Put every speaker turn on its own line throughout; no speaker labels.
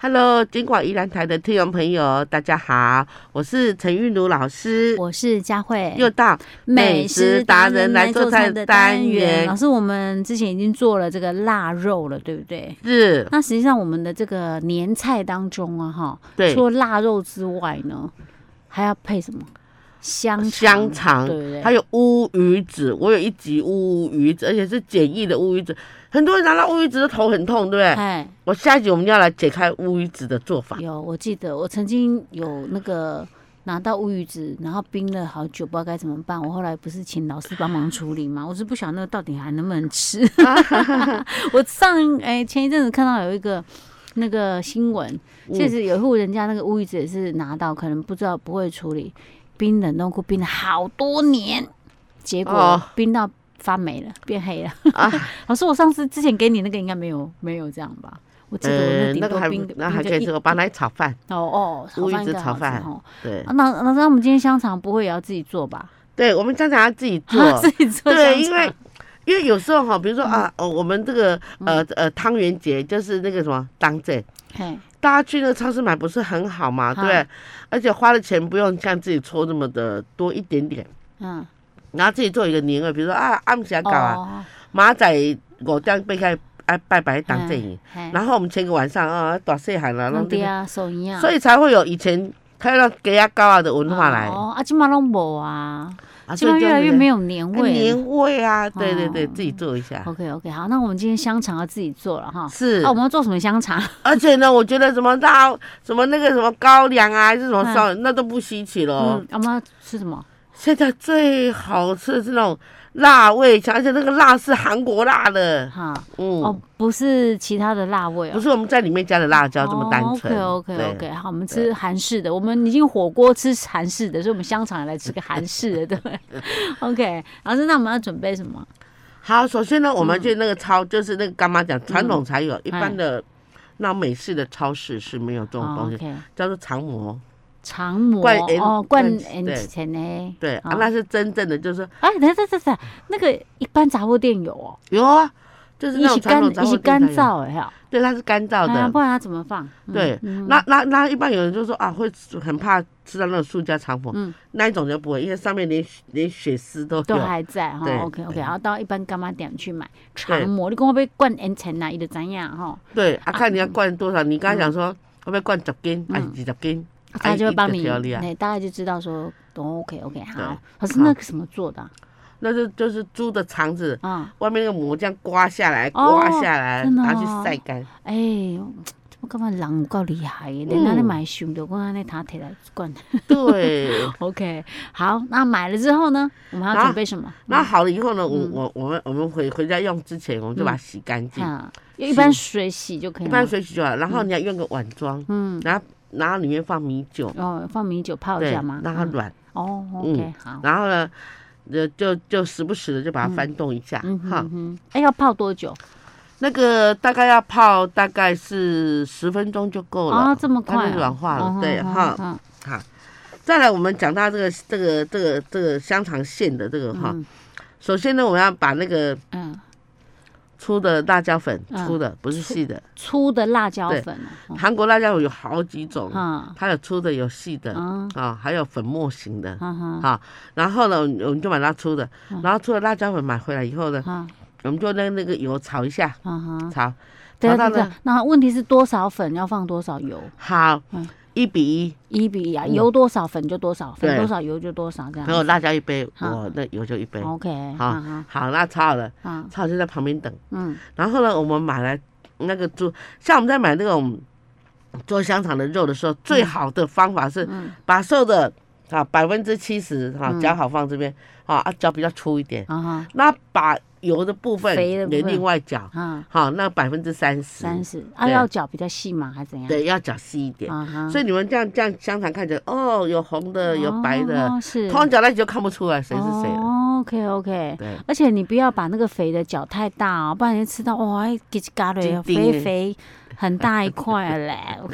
Hello，金广宜兰台的听众朋友，大家好，我是陈韵如老师，
我是佳慧，
又到
老师，我们之前已经做了这个腊肉了，对不对？
是，
那实际上我们的这个年菜当中啊，哈，
对，
除了腊肉之外呢，还要配什么？香
香肠
对不对？
还有乌鱼子，我有一集乌鱼子，而且是简易的乌鱼子，很多人拿到乌鱼子的头很痛，对不对？
哎，
我下一集我们要来解开乌鱼子的做法，
有，我记得我曾经有那个拿到乌鱼子，然后冰了好久，不知道该怎么办。我后来不是请老师帮忙处理嘛，我是不晓得那个到底还能不能 吃。 我上哎、前一阵子看到有一个。那个新闻，
哦
确实有户人家那个乌鱼子也是拿到，可能不知道不会处理，冰冷冻库冰了好多年，结果
哦
冰到发霉了，变黑了。
啊，
老师，我上次之前给你那个应该没有没有这样吧？我记得我那
呃，
顶
那个
多
还
冰
那还
冰
可
个
以
一
这个把它来炒饭，
哦哦，炒
乌鱼
饭
子
更
炒
好吃
饭
哦。
对
啊那那那我们今天香肠不会也要自己做吧？
对，我们常常要自己做，
自己做香
对，
肠。
因为因为有时候哈，比如
嗯
说啊，哦，我们这个呃呃汤圆节就是那个什么当阵，
嘿，
大家去那个超市买不是很好嘛，对不对
啊？
而且花的钱不用像自己搓那么的多一点点，
嗯，
然后自己做一个年味，比如说啊，暗想搞啊，
哦，
马仔我这样被开哎拜拜当阵营，
嘿，
然后我们前个晚上啊，大细喊了，
弄
弄这
对
个，
啊，手一样。
所以才会有以前看到给他高啊的文化来
哦，啊，今嘛拢无啊，
啊，
今嘛越来越没
有
有年味了。
哎年味啊，对对对，
哦
自己做一下
OK OK，好，那我们今天香肠要自己做了哈。
是
啊，我们要做什么香肠？
而且呢，我觉得什么辣，什么那个什么高粱啊，还是什么烧，那都不稀奇了哦、
嗯，啊我们要吃什么？
现在最好吃的是那种辣味强，而且那个辣是韩国辣的，
哈，
嗯，
哦，不是其他的辣味
不
哦。
是我们在里面加的辣椒这么单纯。
OK OK
对
OK，好，我们吃韩式的，我们已经火锅吃韩式的，所以我们香肠也来吃个韩式的，对 OK，老师，那我们要准备什么？
好，首先呢，我们去那个超，就是那个干妈讲传统才有，一般的那美式的超市是没有这种东西，
o k
叫做肠膜。
哦长模
灌
哦，
N-
灌
灌
N 前呢？
对、啊
哦，
那是真正的，就是
哎，等一下等一下等一下，那个一般杂货店有哦，
有啊，就是
一
那
起
种传
干
统才
一起
会
干
有，
燥哎哈，
对，它是干燥的。
啊不然它怎么放？嗯
对，
嗯
那那那一般有人就说啊，会很怕吃到那种塑胶肠粉，
嗯
那一种就不会，因为上面连连血丝都有。
都还在哈
对
，OK OK，
对
然后到一般干妈店去买长模，你跟我被灌 N 前呐，伊就怎样哈，
对啊，看你要灌多少。你刚
嗯
才讲说会不会灌十斤还是几十斤？
他就会帮
啊
你，
一个条例啊
哎，大概就知道说，OK OK，好
对。
可是那个什么做的啊
那就就是猪的肠子
啊？
外面那个膜这样刮下来，
哦
刮下来，
真的哦
拿去晒 干。
哎，我感觉人有够厉害的，连那里买想到讲安尼，他摕来灌。
对，
OK，好，那买了之后呢，我们还要
啊
准备什么？
那好了以后呢，我
嗯
我我们我们回回家用之前，我们就把它洗干净，
啊，用一般水洗就可
一
以了。
般水洗就好了。然后你要用个碗装，
嗯，
然后然后里面放米酒，
哦，放米酒泡一
对，
下嘛
让。它
嗯
软。
哦，OK，
嗯
好。
然后呢，呃，就就时不时的就把它翻动一下，
嗯哼
哈、
嗯哼，哎，要泡多久？
那个大概要泡大概是十分钟就够了，
啊，这么
它
快啊？
就软化了，
嗯哼
对，
嗯
哈、
嗯
好。再来，我们讲到这个这个这个这个香肠馅的这个哈、
嗯
首先呢，我们要把那个
嗯，
粗的辣椒粉，
嗯
粗的不是细的，
粗的辣椒
对
粉哦。
韩国辣椒粉有好几种，
啊
它有粗的，有细的，啊、
啊
还有粉末型的，
哈哈
哈、然后呢，我们我们就买到粗的，
嗯
然后粗的辣椒粉买回来以后呢，
哈
我们就那那个油炒一下，
哈哈。
炒，
对
炒
啊
到
对
呢
啊，那问题是多少粉要放多少油？
好
嗯，
一比一，
一比一啊，油多少粉就多少，
嗯
粉
对
多少油就多少这样
然。后辣椒一杯，
嗯好
我那油就一杯。
OK，啊
好
哈哈
好，那炒好了，
啊，
炒好就在旁边等。
嗯
然后呢，我们买来那个猪，像我们在买那种做香肠的肉的时候，最好的方法是
嗯
把瘦的啊百分之七十哈
嗯
脚好放这边啊，啊脚比较粗一点，
啊哈
那把油的部分
肥的
也
部分
另外搅，
啊。
好，那百分之三十，
三十
嗯
啊，
对
要脚比较细嘛，还是怎样？
对，要搅细一点。
啊哈，
所以你们这样这样香肠看起来，哦，有红的，有白的，
哦、是，
通常搅在一起就看不出来谁是谁了。
哦，OK OK，
对，
而且你不要把那个肥的脚太大哦，不然你吃到哇，给嘎
紧
了，
盯
肥肥，很大一块嘞。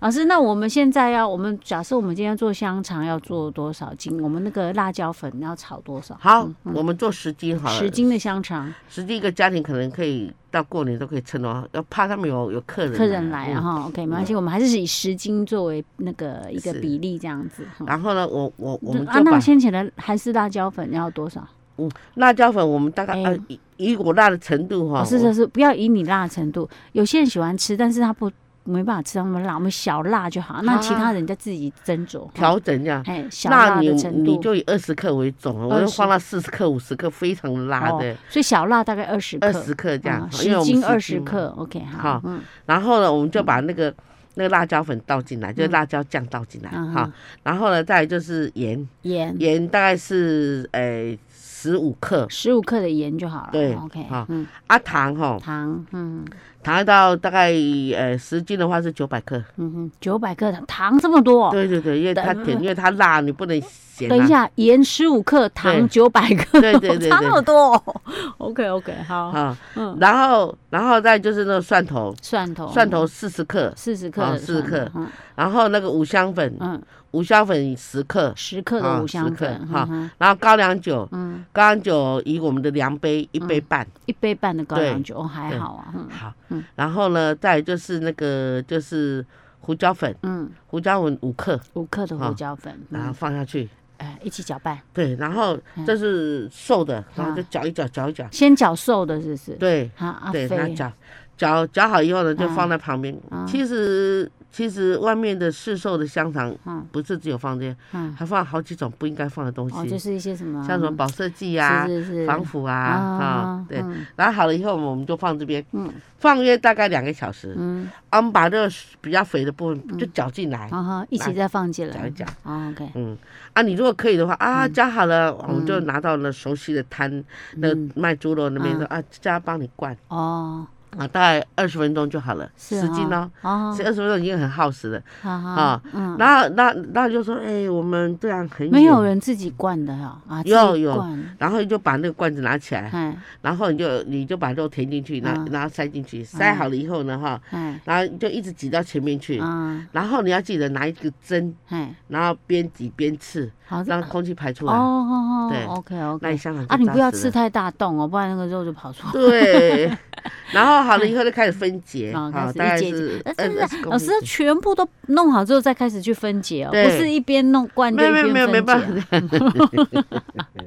老师，那我们现在要，我们假设我们今天要做香肠要做多少斤？我们那个辣椒粉要炒多少？
好，我们做十斤好了，
十斤的香肠，
十斤一个家庭可能可以到过年都可以称哦，要怕他们有有客人
客人来啊
嗯
哈，OK，没关系，我们还是以十斤作为那个一个
是
比例这样子。哈
然后呢，我我我们
啊，
就
那
把
先前的韩式辣椒粉要多少？
嗯辣椒粉，我们大概
哎
呃以以我辣的程度哈，
哦，是是是，不要以你辣的程度。有些人喜欢吃，但是他不没办法吃那么辣，我们小辣就好。那其他人再自己斟酌。哈
啊调整一下。
哎，小
那
辣
你
的程
你
度，
就以二十克为总，我就
20
放到四十克、五十克，非常辣的
哦所以小辣大概二哦十克，
二十克这样
嗯，
因为
十
我们
斤二十
嘛。
克，OK，嗯
好
好，嗯，
然后呢，我们就把那个那个辣椒粉倒进来，就是辣椒酱倒进来
嗯
哈。然后呢，再来就是盐，
盐
盐大概是诶十五克
十五克的盐就好了，
对
，OK，
好
嗯，
啊，糖哈，
糖，嗯
糖到大概呃十斤的话是九百克。
嗯哼，九百克糖，糖这么多。
对对对，因为它
哦等
甜，因为它辣，你不能咸。啊
等一，下，盐十五克，糖九百克，
对对对 对
差那么多哦。OK OK，好，
啊，
嗯，哦
然后然后再就是那个蒜头，
蒜头，
蒜头四十克，
四十克
好
的蒜
40
头，
克
嗯
然后那个五香粉，
嗯，
五香粉十克，
十克
啊
的五香
10克
粉，
哈
哈、嗯哼，
然后高粱酒，
嗯，
高粱酒以我们的量杯一杯半。
一杯半的高
对
粱酒、哦、还
对
好啊，嗯
好
嗯，
然后呢，再来就是那个就是胡椒粉，
嗯，
胡椒粉五克，
五克的
好
胡椒粉，
然后
嗯，
放下去，
哎，一起搅拌，
对，然后
嗯
这是瘦的，然后
啊
就搅一搅，搅一搅，
先搅瘦的，是不是？
对，
啊，阿
对，
飞，
那搅搅搅好以后呢，就
嗯
放在旁边。
嗯
其实其实外面的市售的香肠
嗯
不是只有放这些，
嗯，
还放好几种不应该放的东
哦，就
西，
是一些什么，
像什么保色剂啊、
是是是
防腐啊啊，对。
嗯
然后好了以后，我们就放这边，
嗯
放约大概两个小时。啊
嗯，
我们把这个比较肥的部分就搅进来，
然后一起再放进
搅
来
一，搅。
哦，OK，
嗯，啊，你如果可以的话啊，
嗯
加好了，我们就拿到了熟悉的摊，那
嗯
卖猪肉那边说啊，叫他帮你灌
哦，
啊，大概二十分钟就好了，
是
十斤哦，
哦，
十二十分钟已经很耗时了。
哈
啊
哈，嗯，
然后那那就说，哎，我们这样很
没有
远。
人自己灌的哈，啊，自己
有有
灌，
然后你就把那个罐子拿起来，
哎
然后你就你就把肉填进去，然后
嗯
然后塞进去，塞好了以后呢，哈，
哎，
然后就一直挤到前面去。
啊，
然后你要记得拿一个针，
哎，
然后边挤边刺，
好，
让空气排出
哦
来。
哦
对
哦，OK
那你
OK。
香肠就
啊，你不要
扎实
吃
了
太大洞哦，不然那个肉就跑出来。
对， 然后好了以后就开始分解，
哦
好，大
开始
概
一节
是
呃，
二
真的
十，公
老师
分
全部都弄好之后再开始去分解哦，不
对
是一边弄灌就
没有没有
一
没有
边
没办
分解
法。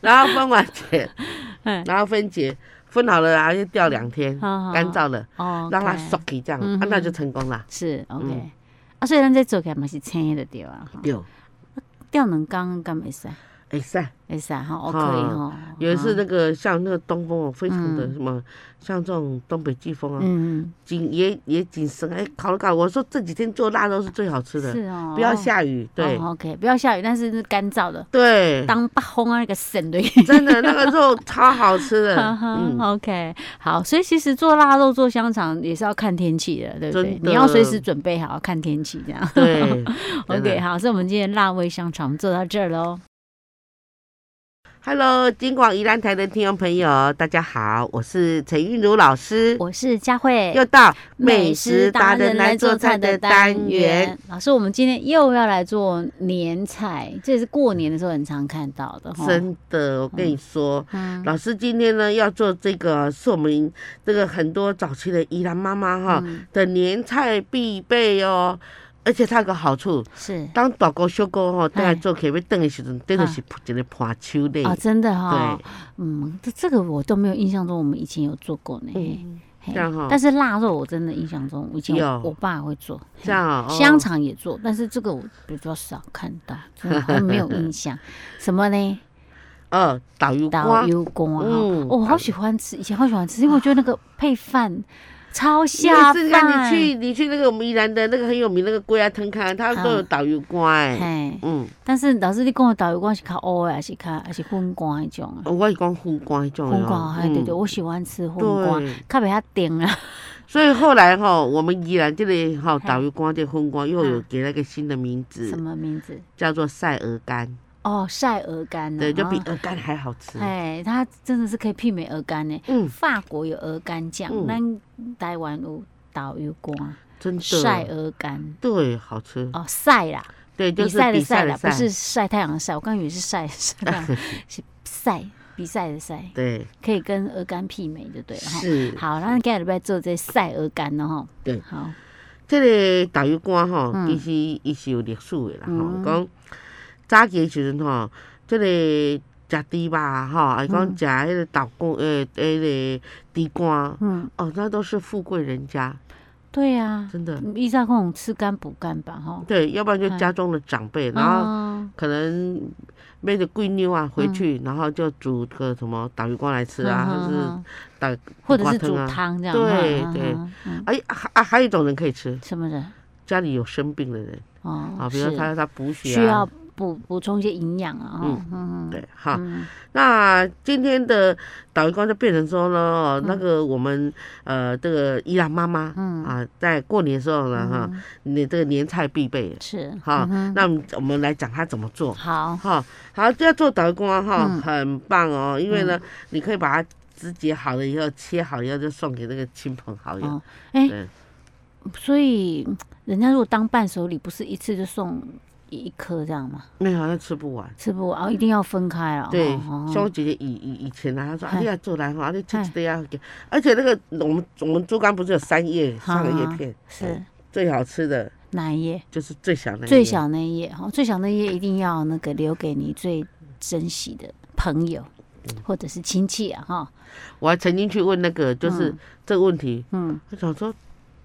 然后分完解，
哎
然后分解，分好了，然后就吊两天，
好好
干燥了，
哦，
让它
OK
缩起这样，
嗯
啊那
哼
就成功了。
是 OK、
嗯
啊，所以咱这做起来嘛是青的对啊，哈
有，
吊能缸干没事，
哎塞，
没事哈
哦
，OK 哈。
有一次
哈，
那个像那个东风哦，非常的
嗯
什么，像这种东北季风啊，
嗯，
紧也也紧身，哎，烤了烤，我说这几天做腊肉是最好吃的，
是哦，
不要
哦
下雨，对
哦，OK，不要下雨，但是是干燥的，
对，
当八风啊那个省的。
真的那个肉超好吃的，
哈
嗯。
哈，OK，好，所以其实做腊肉、做香肠也是要看天气的，对不对？
真的
你要随时准备好，看天气这样。
对真的
，OK，好，所以我们今天辣味香肠做到这儿喽。
，Hello，金广宜兰台的听众朋友，大家好，我是陈韵如老师，
我是佳慧，
又到美食达人来做菜的单元。。
老师，我们今天又要来做年菜，这也是过年的时候很常看到的哈。
真的，我跟你说，
哦嗯
老师今天呢要做这个，是我们这个很多早期的宜兰妈妈哈、
嗯
的年菜必备哦。而且它有个好处，
是
当大锅小锅吼，等下
哎
做客要等的时阵，这就是一个盘手的。
啊，真的哈、
对，
嗯，这这个我都没有印象中我们以前有做过呢。
嗯，
嘿
这样哈
但是腊肉我真的印象中以前
有
我我爸会做，
这样哦
嘿香肠也做，但是这个我比较少看到，真的好像没有印象。什么呢？
哦，导游
导
瓜，
游公啊，
嗯
哦，我好喜欢吃，以前好喜欢吃，因为我觉得那个配饭超下
下次
饭。
看你去你去那个我们宜兰的那个很有名那个龟啊汤看，它都有
嗯
导游官哎，
嘿，
嗯，
但是老师你讲的导游官是较乌的，还是较还是荤干迄种啊？
哦我是讲荤官这种的
荤干
哦，
哦，嘿
嗯
对对，我喜欢吃荤干，
对，
较袂遐甜啊。
所以后来哈，我们宜兰这里哈
嘿
导游官这荤官又有
嗯
给那个新的名
什
字，
么名字？
叫做晒鹅肝，
哦，晒鹅肝啊。
对，就比
哦
鹅肝还好吃，
哎，它真的是可以媲美鹅肝呢。
嗯，
法国有鹅肝酱，
嗯
咱台湾有岛鱼干、
真的
晒鹅肝。
对，好吃，
哦，晒啦，
对，就
比
是
赛的
比赛
赛啦
的，
不是晒太阳的晒，我刚以为是晒晒太 阳是晒比赛的赛，
对，
可以跟鹅肝媲美就对了哈。
是
好，那下礼拜做这晒鹅肝了哈。
对
好，
这个大鱼干吼，
嗯
其实伊是有历史的啦吼，
嗯
讲早期的时阵吼，这个。食猪肉啊，吼，
嗯
还讲食迄个豆干，诶、迄个猪肝，
嗯，
哦，那都是富贵人家，
对啊呀，
真的。
伊萨空吃肝补肝吧哈。
对，要不然就
哎
家中的长辈，然后
哦，
可能背着贵妞啊回去，然后就煮个什么导鱼光来吃啊，
嗯
还是
嗯
打
或者是
地
煮
瓜
汤这样。
啊对
嗯
对，
嗯嗯
哎还啊还有一种人可以吃，
什么人？
家里有生病的人
哦，
啊，比如说
是
他他补血、啊、
需要补补充一些营养啊。哦嗯嗯
对哈。
嗯
那今天的导鱼光就变成说呢，哦那个我们呃这个伊朗妈妈、
嗯
啊，在过年的时候呢哈，你这个年菜必备
是
哈。
嗯哼
那我们我们来讲它怎么做。
好，
哈、好，这要做导光哈，
嗯
很棒哦，因为呢，你可以把它肢解好了以后，切好以后就送给那个亲朋好友。
哦哎
对，
所以嗯人家如果当伴手礼，不是一次就送一一颗这样吗？
那好像吃不完。
是不？哦，一定要分开了。
对，
哦
像我姐姐以以以前呢，她说啊，
嗨
你要做来哈，啊你吃
嗨
这样给，而且那个我们我们猪肝不是有三叶
好
三个叶片，
是
哎最好吃的
哪一页？
就是最小的，
最小那一页哈，哦最小那一页一定要那个留给你最珍惜的朋友或者是亲戚啊哈。
我还曾经去问那个，就是
嗯
这个问题，
嗯
他想说。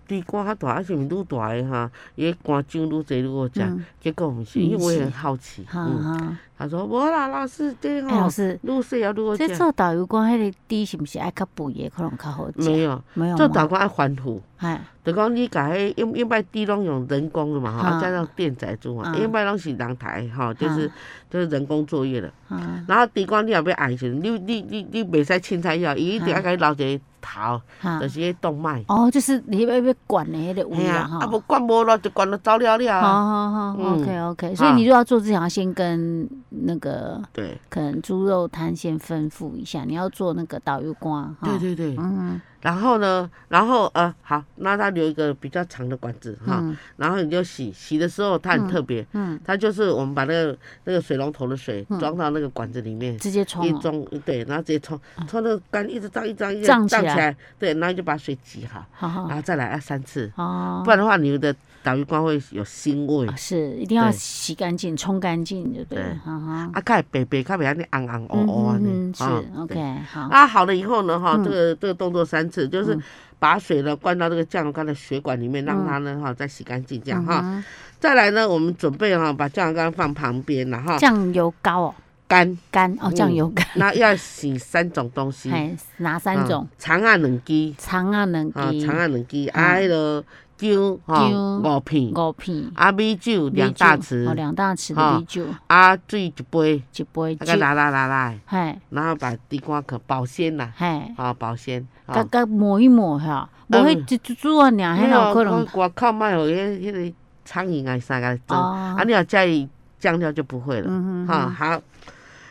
地瓜较大，还是毋愈大个哈，伊肝酱愈侪愈好食。
嗯，
结果毋是，因为我也很好奇。
好
嗯，
好。
他说无啦，老师这哦
哎，老
吼，
师，
愈细要愈好
这
食。
做导游官迄个猪是不是爱较肥的，可能较好
没
食？
有，
没有
做
吗
导管爱反腐，
哎，
就讲你甲迄因因摆猪拢用人工的嘛吼，
嗯
啊加上电宰猪嘛，
嗯
因摆拢是人台吼，就是
嗯
就是人工作业的。
啊
然后地瓜你也要爱时，你你你你袂使凊彩要，伊一定要甲你留一个头，
啊
就，是迄动脉。
哦，就是你要要管的迄个
嘿
位
啊
啊，哈
啊。无管无咯，就管到走了了啊。
好好好、
嗯
o k OK，所以你就要做之前要先跟那个
对
可能猪肉摊先吩咐一下，你要做那个导游瓜哈。
对对对。
嗯
然后呢，然后呃好，那它留一个比较长的管子哈，
嗯
然后你就洗，洗的时候它很特别，
嗯，
它就是我们把那个那个水龙头的水装到那个管子里面，
直接冲、
一
哦。
装对，然后直接冲冲那个干，一直胀一直胀一直
胀起
胀
来哦
起来，对，然后就把水挤好，
好好
然后再来按三次，
哦
啊不，然的话你的导鱼光会有腥味，
啊是一定要
对
洗干净、冲干净就对
对
了。哈哈，
啊，盖白白，盖白安尼昂昂哦
嗯
哦安
嗯
尼
嗯，是
啊对
OK 好。
啊，好了以后呢，哈，
嗯
这个这个动作三次，就是把水呢灌到这个酱油缸的血管里面，让它呢哈再洗干净，这样哈。
嗯
再来呢，我们准备哈把酱油缸放旁边了哈
哼，酱油膏哦，
干，
干哦，
啊嗯
酱油膏，
那要洗三种东西，
哎，哪三
嗯
种？
长按两支，
长啊，两
啊，
支
长按两支，啊，迄个姜
姜
哈五片，
五片，
啊，米酒
米
两大
酒
匙
哦，，两大匙的
啊
米酒，
啊，水一杯，
一杯
啊，个
酒，
拉拉拉拉的，
嘿，
然后把地瓜壳保鲜啦，
嘿。
啊，保鲜，
甲
啊，
甲抹一抹哈，无
嗯
迄一煮煮啊，尔迄
没有
有可能
我我靠，卖互迄迄个苍蝇啊啥个蒸。
哦
啊，，你要加以酱料就不会了。
嗯
哈、好，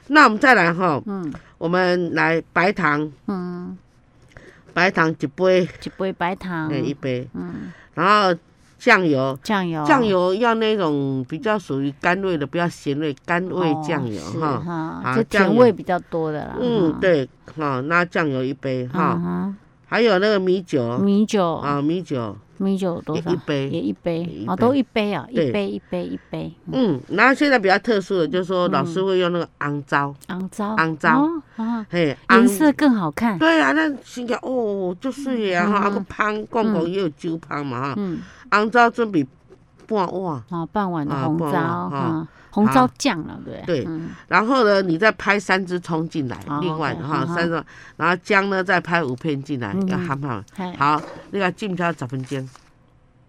那我们再来哈，
嗯
我们来白糖，
嗯，
白糖一杯，
一杯白糖
哎、，一杯，
嗯，
然后酱油。
酱油，
酱油要那种比较属于甘味的，不要咸味，甘
哦，
味酱油
是
哈。
哈，
啊
就
酱
甜
油
味比较多的啦，
嗯，
哈，
对，哈，那酱油一杯哈，
嗯
还有那个米
哼
酒
米酒，
啊，米酒，
米酒多
一
少
一？杯
也一杯
一，
哦，
杯
都一杯啊，一
对
杯一杯一杯，嗯
嗯，然后现在比较特殊的就是说，老师会用那个昂糟，
昂糟，
昂糟
哦，啊，
嘿，
颜
红
色更好看，
对啊，咱心讲哦，就是的啊，哈，啊个芳，讲讲也有酒芳嘛哈，
嗯，
红枣准备半碗，
哦，傍晚的
啊
红
傍晚
糟，
哈
啊，红糟
好
酱了，对不
对
嗯
然后呢，你再拍三只葱进来
哦，
另外
OK，
的哈
好好
三只，然后姜呢再拍五片进来
嗯，
要含含。
嘿，
好，你个浸泡十分钟，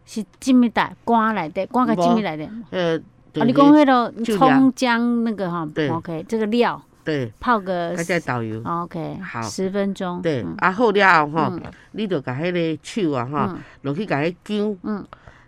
是浸米带，干来的，干个浸米来的。
呃，
啊，
就
你
是
讲迄个
就
葱姜那个哈
对
，OK，这个料
对，
泡个哦
再加导游，
OK，
好
十分钟，
对
嗯，
啊好了后哈
嗯，
你就甲迄个手啊哈
嗯，
落去甲迄姜
嗯，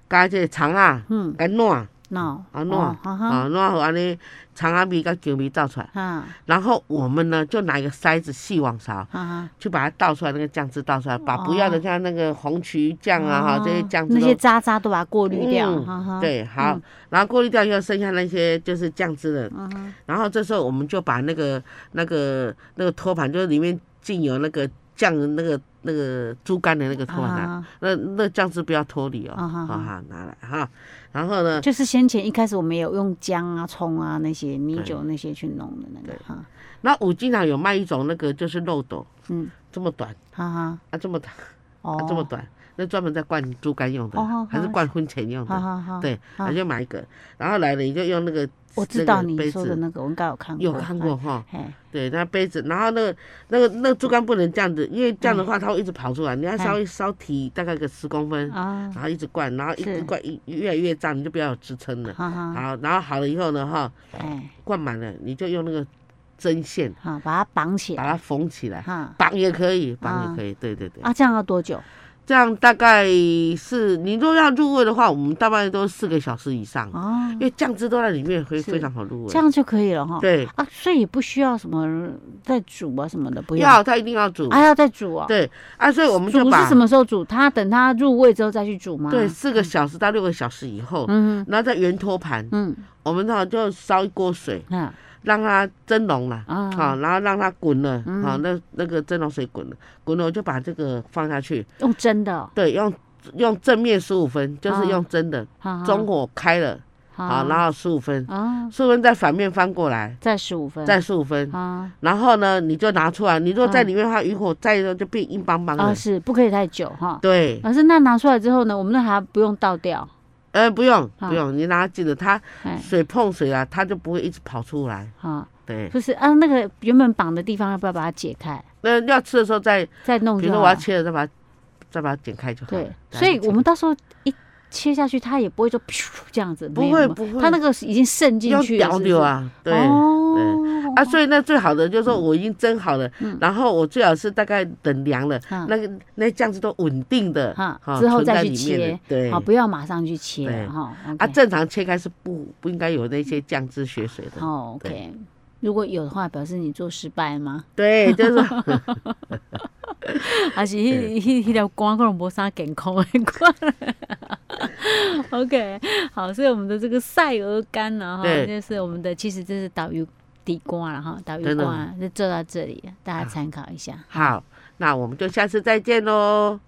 加这个葱啊，
嗯，
甲烂，
喏，
啊弄
哦
啊
哈哈，
啊弄好安尼长阿米跟球米倒出来，
哈
然后我们呢就拿一个筛子细网勺。
哈哈，
去把它倒出来，那个酱汁倒出来，把不要的像那个红曲酱啊哈、
哦
这些酱汁
那
都
些渣渣都把它过滤掉，
嗯
哈哈，
对，好，
嗯
然后过滤掉以后，剩下那些就是酱汁的，
嗯哼，
然后这时候我们就把那个那个那个托盘，就是里面浸有那个酱的那个那个猪肝的那个托盘拿，
啊
那那酱汁不要脱离哦，
啊哈
好
哈
好拿来哈，然后呢，
就是先前一开始我们有用姜啊、葱啊那些米酒那些去弄的那个
对
哈，
那五金厂有卖一种那个就是漏斗，
嗯，
这么短
哈哈，
啊，这么短啊，
哦，
这么短，那专门在灌猪肝用的
哦好，
还是
好
灌婚前用
哈
的，
哈哈，，
对，
好
你就买一个，然后来了你就用那个
我知
那
道
个
你
杯
说
子
的那个，我应该有看过，
有看过哈。
哎，哎，
对，那杯子，然后那个那个那个猪肝不能这样子，因为这样
嗯
的话它会一直跑出来，你要稍微稍提大概个十公分，
哎啊，
然后一直灌，然后一
是
直灌一越来越胀，你就不要有支撑了。
哈哈，
好，然后好了以后呢，哈，
哎，
灌满了你就用那个针线
哈，把它绑起
把
来，
它缝起来，
哈，
绑也可以，
啊
绑也可以，对对对。
啊，这样要多久？
这样大概是你如果要入味的话，我们大概都四个小时以上，
哦
因，为酱汁都在里面，会
是
非常好入味
这。样就可以了哈。
对，
啊，所以也不需要什么再煮啊什么的，不用。
要它一定要煮，
啊，要再煮啊。
对啊，所以我们就
煮
把
是什么时候煮？它等它入味之后再去煮吗？嗯
对，四个小时到六个小时以后，
嗯哼
然后在圆托盘，
嗯，
我们呢就烧一锅水，
那
让它蒸笼了，
啊
好，然后让它滚了，
嗯
好，那那个蒸笼水滚了，滚了我就把这个放下去，
用蒸的哦，
对，用用正面十五分，就是
啊
用蒸的，
哈哈
中火开了，好，然
后
后十五分，
啊，
十五分再反面翻过来，
再十五分，
再十五分。
啊
然后呢，你就拿出来。你如果在
嗯
里面的话，余火再多就变硬邦邦
啊
的。
是不可以太久哈。
对，
老师，那拿出来之后呢？我们那还不用倒掉，
呃，不用
啊
不用，你拿记得它
哎，
水碰水啊，它就不会一直跑出来。
啊，
对，
就是啊，那个原本绑的地方要不要把它解开，
那要吃的时候再，
再弄
比
就
如说
好
我要
了？
切了，再把它再把它剪开就好了。
对，
再
所以
切
我们到时候一切下去，它也不会就噗这样子，
不
没有
会
吗
不会
它那个已经渗进
用
去了，
屌
是不
流
是，
啊，对。
哦，
啊，所以那最好的就是说我已经蒸好了，
嗯
然后我最好是大概等凉了，
嗯
那个那酱汁都稳定的，
哈
哈
之后
存在
再去
里面的
切，
对
好，。不要马上去切
对
哈
啊，
，OK，
正常切开是不不应该有那些酱汁血水的，
好
对
OK，如果有的话，表示你做失败吗？
对，就是说
还是迄迄迄条光可能无啥健康的光。OK，好，所以我们的这个赛鹅肝呢，哈，
对
就是我们的其实这是导游底瓜了哈，导游
真的
瓜就做到这里了，大家参考一下。
好，那我们就下次再见喽。